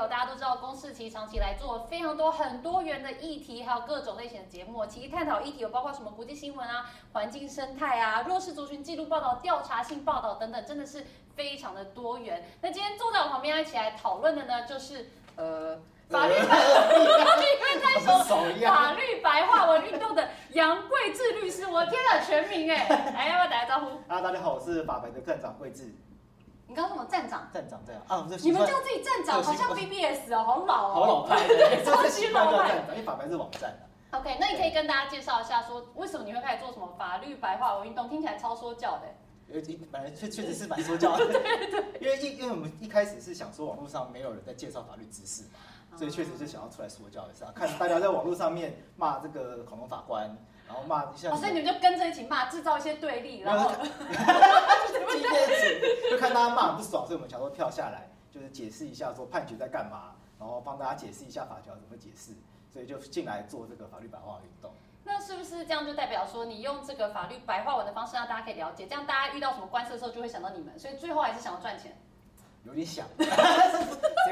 哦到公视其实长期来做非常多很多元的议题，还有各种类型的节目。其实探讨议题有包括什么国际新闻啊、环境生态啊、弱势族群记录报道、调查性报道等等，真的是非常的多元。那今天坐在我旁边要一起来讨论的呢，就是呃。法律 白，法律因为在说手一样，法律白话文运动的杨贵志律师，我天哪，全名哎，来要不要打个招呼？啊，大家好，我是法白的站长桂智，你刚刚什么站长？站长这样啊，我们这你们叫自己站长，好像我 BBS 哦，好老哦。好老派 的，超级习惯老叫派站长，因为法白是网站啊 OK，那你可以跟大家介绍一下说，为什么你会开始做什么法律白话文运动？听起来超说教的欸。有一本来确确实是蛮说教的，因为一因为我们一开始是想说网络上没有人在介绍法律知识啊嘛，所以确实是想要出来说教一下，看大家在网络上面骂这个恐龙法官，然后骂像哦，所以你们就跟着一起骂，制造一些对立，然 后今天就看大家骂很不爽，所以我们想说跳下来，就是解释一下说判决在干嘛，然后帮大家解释一下法条怎么解释，所以就进来做这个法律白话运动。那是不是这样就代表说，你用这个法律白话文的方式让大家可以了解，这样大家遇到什么官司的时候就会想到你们，所以最后还是想要赚钱。有点想， 谁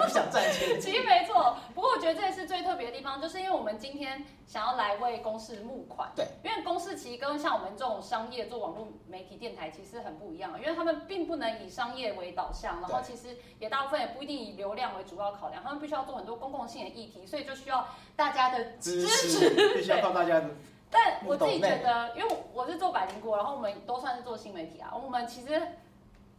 不想赚 钱？其实没错，不过我觉得这也是最特别的地方，就是因为我们今天想要来为公司募款。对，因为公司其实跟像我们这种商业做网络媒体电台其实很不一样，因为他们并不能以商业为导向，然后对其实也大部分也不一定以流量为主要考量，他们必须要做很多公共性的议题，所以就需要大家的支持必须要靠大家的，但我自己不懂觉内得，因为我是做百灵果，然后我们都算是做新媒体啊，我们其实。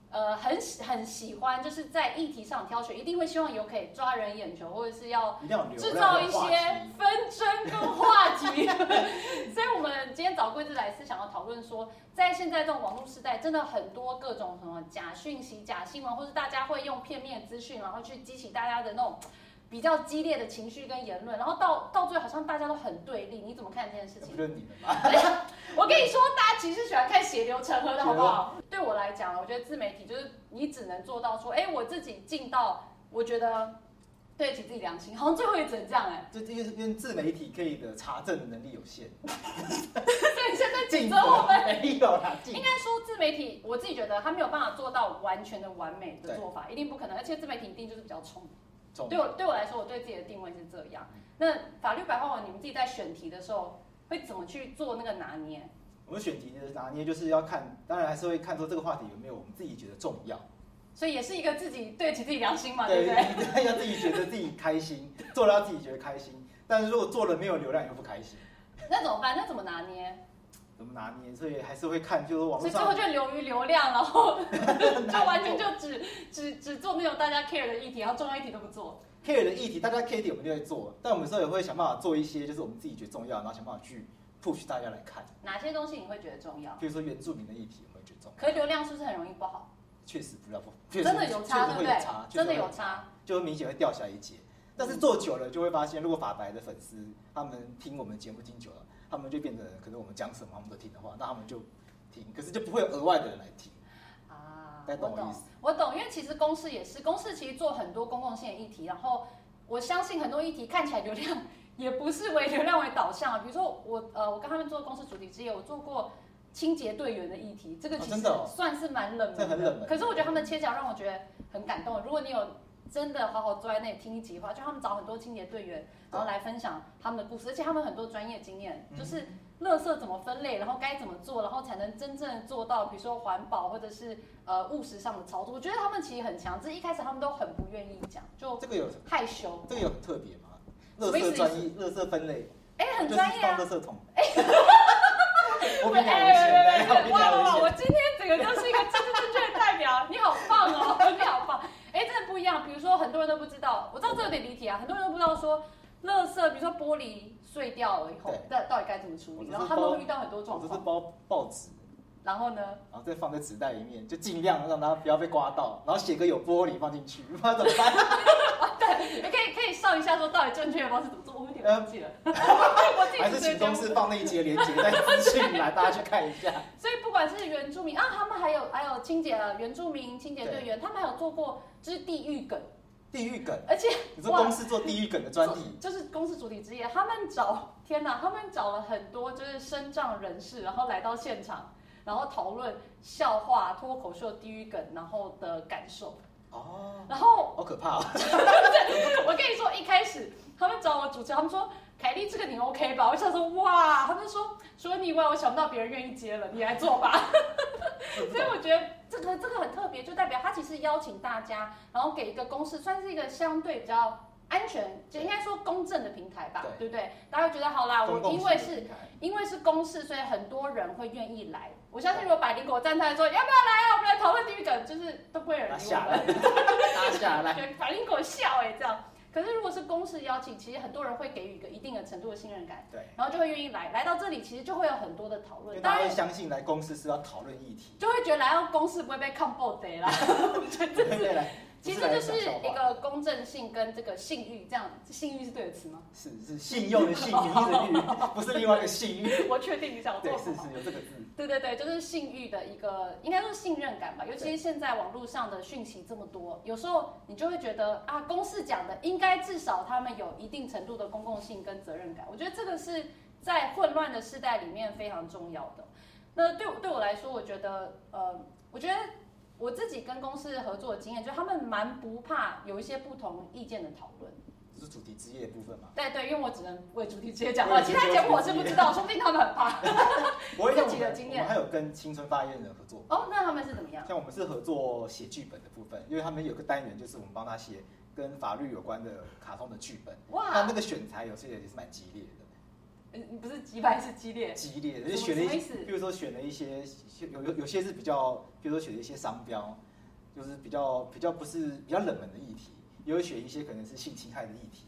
呃，很喜很喜欢，就是在议题上挑选，一定会希望有可以抓人眼球，或者是要一定要有制流造量一的些话题。纷争跟话题。所以，我们今天找桂子来是想要讨论说，在现在这种网络时代，真的很多各种什么假讯息、假新闻，或是大家会用片面资讯，然后去激起大家的那种比较激烈的情绪跟言论，然后到到最后好像大家都很对立。你怎么看这件事那情不？就是你们啊吗？我跟你说，大家其实喜欢看血流成河的好不好？对我来讲，我觉得自媒体就是你只能做到说，哎、我自己尽到，我觉得对得起自己良心，好像最后也只能这样哎、这因为因为自媒体可以的查证能力有 限，所以现在镜紧头张我们。没有啦，应镜该说自媒体，我自己觉得他没有办法做到完全的完美的做法，一定不可能。而且自媒体一定就是比较冲。中对我对我来说，我对自己的定位是这样。那法律白话文，你们自己在选题的时候会怎么去做那个拿捏？我们选题的拿捏就是要看，当然还是会看说这个话题有没有我们自己觉得重要。所以也是一个自己对得起自己良心嘛，啊对对不对？对， 要自己觉得自己开心，做了要自己觉得开心。但是如果做了没有流量，又不开心，那怎么办？那怎么拿捏？怎么拿捏？所以还是会看，就是网所络以最后上就流于流量，然 后就完全就只只只做那种大家 care 的议题，然后重要议题都不做。 care 的议题，大家 care 点我们就会做，但我们有时候也会想办法做一些就是我们自己觉得重要，然后想办法去 push 大家来看。哪些东西你会觉得重要？比如说原住民的议题，我们会觉得重要，可是流量是不是很容易不好？确实不要不，确真实的有差，对确实不会对有差？，真的确实会有，差。就会明显会掉下一截。但是做久了就会发现，如果法白的粉丝他们听我们节目听久了，他们就变成可能我们讲什么他们都听的话，那他们就听，可是就不会有额外的人来听。啊，大我家懂我意懂思，我懂，因为其实公视也是，公视其实做很多公共性的议题，然后我相信很多议题看起来流量也不是为流量为导向啊，比如说我呃，我跟他们做公司主题之夜，我做过清洁队员的议题，这个哦其真实的哦算是蛮冷门的，这很冷门可是我觉得他们的切角让我觉得很感动。如果你有真的好好坐在那里听一集的话，就他们找很多清洁队员，然后来分享他们的故事，而且他们很多专业经验，嗯就是垃圾怎么分类，然后该怎么做，然后才能真正做到，比如说环保或者是呃务实上的操作。我觉得他们其实很强，只是一开始他们都很不愿意讲，就这个有害羞。这个有很特别吗？什垃么意思圾专业，垃圾分类，哎、很专业啊！就是放垃圾桶。我比你还危哎险，我比你哇还哇哇！危我险。今天整个就是一个真正确的代表，你好棒哦，你好棒！哎，真的不一样。比如说，很多人都不知道，我知道这有点离题嗯啊，很多人都不知道说，垃圾，比如说玻璃碎掉了以后对，那到底该怎么处我理？只是然后他们会遇到很多状我只是况。包报纸，然后呢？然后再放在纸袋里面，就尽量让它不要被刮到，然后写个有玻璃放进去，不然怎么办？对，哎可以可以上一下说到底正确的方式怎么做，我有点忘记了。 我自己呃还是最请公司放那一节连接在资讯栏，大家去看一下。所以不管是原住民啊，他们还有还有清洁呃原住民清洁队员，他们还有做过就是地狱梗，地狱梗，而且你说公司做地狱梗的专题，就是公司主体之夜，他们找天哪，他们找了很多就是身障人士，然后来到现场，然后讨论笑话、脱口秀、地狱梗，然后的感受。哦，然后好可怕哦！ 我跟你说，一开始他们找我主持，他们说凯莉这个你 OK 吧？我想说哇，他们说除了你以外，我想不到别人愿意接了，你来做 吧。所以我觉得这个这个很特别，就代表他其实邀请大家，然后给一个公式，算是一个相对比较安全，就应该说公正的平台吧，对不对？大家会觉得好啦，我公共因为性的是平台因为是公事，所以很多人会愿意来。我相信，如果百灵果站出来说要不要来啊，我们来讨论地狱梗，就是都不会有人拿理下我们来。，拿下来，对，百灵果笑哎、这样。可是如果是公事邀请，其实很多人会给予一个一定的程度的信任感，对，然后就会愿意来。来到这里，其实就会有很多的讨因论，为当大家然会相信来公司是要讨论议题，就会觉得来到公事不会被抗暴贼 啦。对来，其实不就来是讲笑一话个公正性跟这个信誉这样，信誉是对的词吗？是是信用的信，名誉的誉，不是另外一个信誉。我确定一下，我做对，得是不好。是有这个字。对对对，就是信誉的一个，应该说信任感吧。尤其是现在网络上的讯息这么多，有时候你就会觉得啊，公司讲的应该至少他们有一定程度的公共性跟责任感。我觉得这个是在混乱的时代里面非常重要的。那对我对我来说，我觉得呃，我觉得我自己跟公司合作的经验，就是他们蛮不怕有一些不同意见的讨论。这是主题之夜的部分嘛？对对，因为我只能为主题直接讲话，其他节目我是不知道，说不定他们很怕。我会像我自己的们，经我验们还有跟青春发言人合作，哦，那他们是怎么样？像我们是合作写剧本的部分，因为他们有个单元就是我们帮他写跟法律有关的卡通的剧本，哇那那个选材有些也是蛮激烈的，嗯，不是击败，是激烈。激烈的什么就选了什么一意思些，比如说选了一些有有有些是比较，比如说选了一些商标，就是比较比较不是比较冷门的议题，也有选一些可能是性侵害的议题，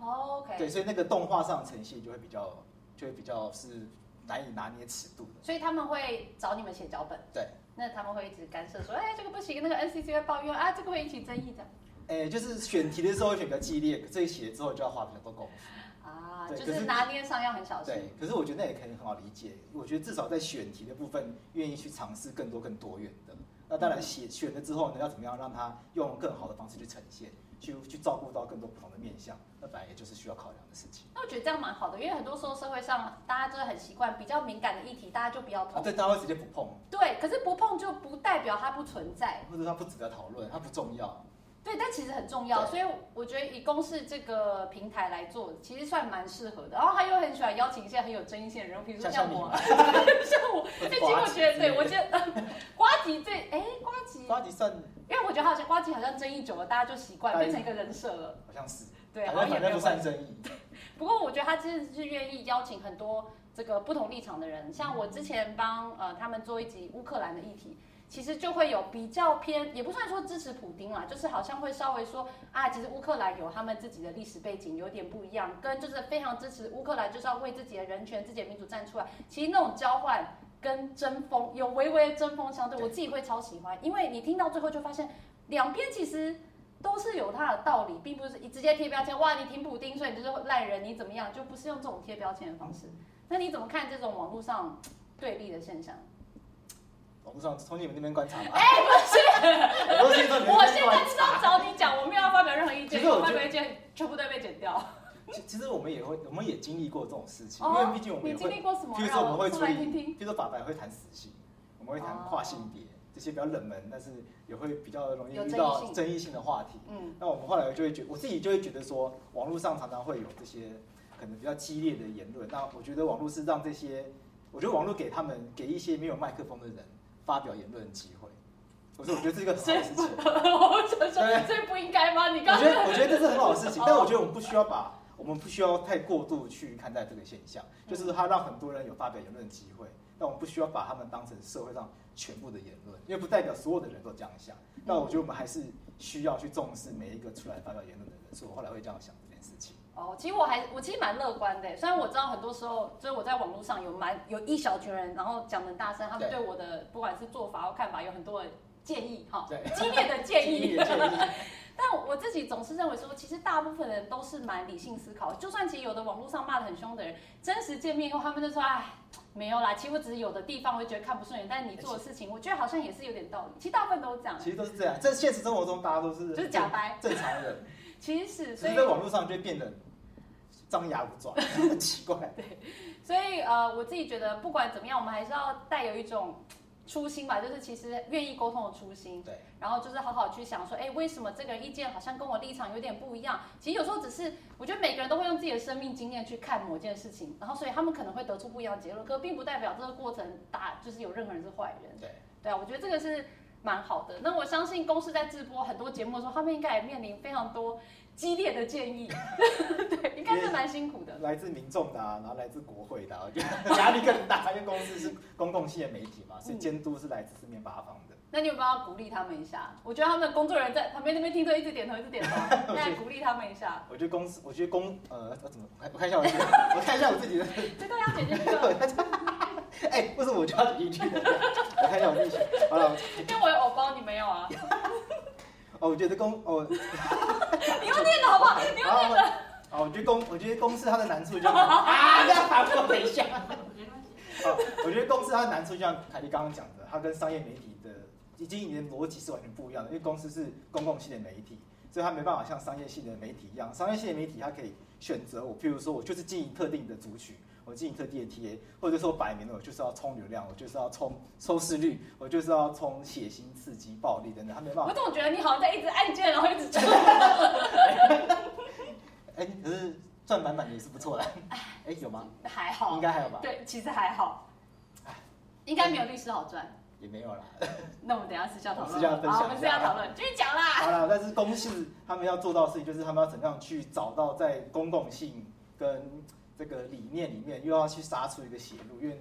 哦对， OK，所以那个动画上的呈现就会比较就会比较是难以拿捏尺度的，所以他们会找你们写脚本，对。那他们会一直干涉说，哎，这个不行，那个 NCC 会抱怨啊，这个会引起争议这样哎、就是选题的时候会选比较激烈，所以写之后就要花比较多功夫。啊，对就可是是拿捏上要很小心。对，可是我觉得那也可以很好理解。我觉得至少在选题的部分，愿意去尝试更多更多元的。那当然嗯写选了之后呢，要怎么样让它用更好的方式去呈现，去去照顾到更多不同的面向，那本来也就是需要考量的事情。那我觉得这样蛮好的，因为很多时候社会上大家真的很习惯比较敏感的议题，大家就不要啊，碰。对，大家会直接不碰，对，可是不碰就不代表它不存在。或者它不值得讨论，它不重要。对，但其实很重要，对所以我觉得以公示这个平台来做，其实算蛮适合的。然后他又很喜欢邀请一些很有争议性的人物，比如说像我， 像我，哎，其实我觉得，对我觉得呃瓜吉最，哎，瓜吉，瓜迪算因为我觉得他好像瓜吉好像争议久了，大家就习惯哎变成一个人设了。好像是，对，反好像也正反没正有关不算系。争议。不过我觉得他真的是愿意邀请很多这个不同立场的人，像我之前帮呃他们做一集乌克兰的议题，其实就会有比较偏，也不算说支持普丁啦，就是好像会稍微说啊，其实乌克兰有他们自己的历史背景有点不一样，跟就是非常支持乌克兰就是要为自己的人权、自己的民主站出来，其实那种交换。跟争锋有微微的针锋相对，我自己会超喜欢，因为你听到最后就发现，两边其实都是有它的道理，并不是直接贴标签。哇，你挺补丁，所以你就是烂人，你怎么样？就不是用这种贴标签的方式。嗯那你怎么看这种网络上对立的现象？网络上从你们那边观察嘛。哎、不是，我都是说你们我那现在边观知道找你讲，我没有要发表任何意其见，实我我发觉得表意见全部都会被剪掉。其其实我们也会，我们也经历过这种事情，哦因为毕竟我们你也经历会，过什么？比如说让我们会出处来理，听听。哦比如说法白会谈死刑，我们会谈跨性别、这些比较冷门，但是也会比较容易有遇争议到性争议性的话题。嗯，那我们后来就会觉我自己就会觉得说，网络上常常会有这些可能比较激烈的言论。那我觉得网络是让这些，我觉得网络给他们给一些没有麦克风的人发表言论的机会。我说，我觉得这是一个很好的事情。我想说，嗯对这不应该吗？你我刚觉刚得我觉得这是很好的事 ，情哦但我觉得我们不需要把我们不需要太过度去看待这个现象，嗯就是它让很多人有发表言论的机会，但我们不需要把他们当成社会上全部的言论，因为不代表所有的人都这样想。嗯那我觉得我们还是需要去重视每一个出来发表言论的人，所以我后来会这样想这件事情。哦，其实我还我其实蛮乐观的，虽然我知道很多时候，就是我在网络上有蛮有一小群人，然后讲得很大声，他们对对我的不管是做法或看法有很多的建议哈，对，激烈的 建建议议。建议 但我自己总是认为说，其实大部分人都是蛮理性思考，就算其实有的网络上骂得很凶的人，真实见面以后，他们就说哎。没有啦，其实我只是有的地方我会觉得看不顺眼，但你做的事情，我觉得好像也是有点道理。其实大部分都是这样，其实都是这样，在现实生活中大家都是就是假掰正正常人，其实只所以是在网络上就会变得张牙舞爪，很奇怪。所以呃，我自己觉得不管怎么样，我们还是要带有一种初心吧，就是其实愿意沟通的初心。对，然后就是好好去想说，哎，为什么这个人意见好像跟我立场有点不一样？其实有时候只是，我觉得每个人都会用自己的生命经验去看某件事情，然后所以他们可能会得出不一样的结论，可并不代表这个过程打就是有任何人是坏人。对，对啊，我觉得这个是蛮好的。那我相信公司在直播很多节目的时候，他们应该也面临非常多激烈的建议， 对，应该是蛮辛苦的。来自民众的、啊，然后来自国会的、啊，我 觉得压力更大，因为公司是公共性的媒体嘛，所以监督是来自四面八方的。那你有没有要鼓励他们一下？我觉得他们工作人员在旁边那边听着一直点头，一直点头， 那也鼓励他们一下。我觉得公司，我觉得公呃，我怎么我看我看一下我自己， 我看一下我自己的，这都要解决这 个，哎、为什么我就要举例呢？我看一下我自己，好了，因为我有偶包，你没有啊？哦，我觉得公哦，你用电脑吧，你用好电脑。哦，我觉得公，我觉得公司它的难处就是啊，这样反驳等一下。没关系。 哦，我觉得公司它的难处，就像凯莉刚刚讲的，它跟商业媒体的经营的逻辑是完全不一样的，因为公司是公共性的媒体，所以它没办法像商业性的媒体一样，商业性的媒体它可以选择我，譬如说我就是经营特定的族群。我经营特定的 TA，或者说我摆明了我就是要冲流量，我就是要冲收视率，我就是要冲血腥、刺激、暴力等等，他没办我法。总觉得你好像在一直按键，然后一直转。哎、可是赚满满的也是不错的。哎、有吗？还好应，该 还有吧？对，其实还好哎，应该没有律师好赚。也没有啦。那我们等一下私下讨论，私下分享一下好，我们私下讨论，继续讲啦。好了， 但是公司他们要做到的事情，就是他们要怎么样去找到在公共性跟这个理念里面，又要去杀出一个血路，因为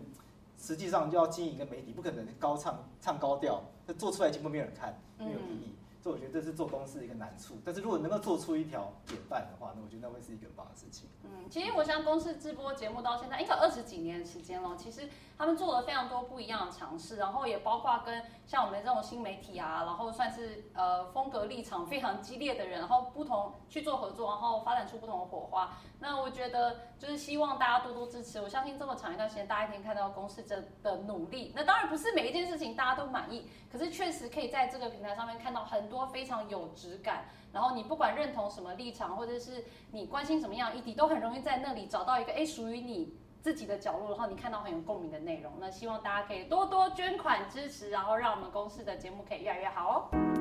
实际上就要经营一个媒体，不可能高唱唱高调，那做出来节目没有人看，没有嗯意义。所以我觉得这是做公司的一个难处。但是如果能够做出一条典范的话，那我觉得那会是一个很棒的事情。嗯，其实我想公视直播节目到现在应该二十几年的时间了，其实他们做了非常多不一样的尝试，然后也包括跟像我们这种新媒体啊，然后算是呃风格立场非常激烈的人，然后不同去做合作，然后发展出不同的火花。那我觉得就是希望大家多多支持，我相信这么长一段时间，大家一定看到公司真的努力。那当然不是每一件事情大家都满意，可是确实可以在这个平台上面看到很多非常有质感，然后你不管认同什么立场，或者是你关心什么样的议题，都很容易在那里找到一个哎属于你自己的角落，然后你看到很有共鸣的内容。那希望大家可以多多捐款支持，然后让我们公司的节目可以越来越好哦。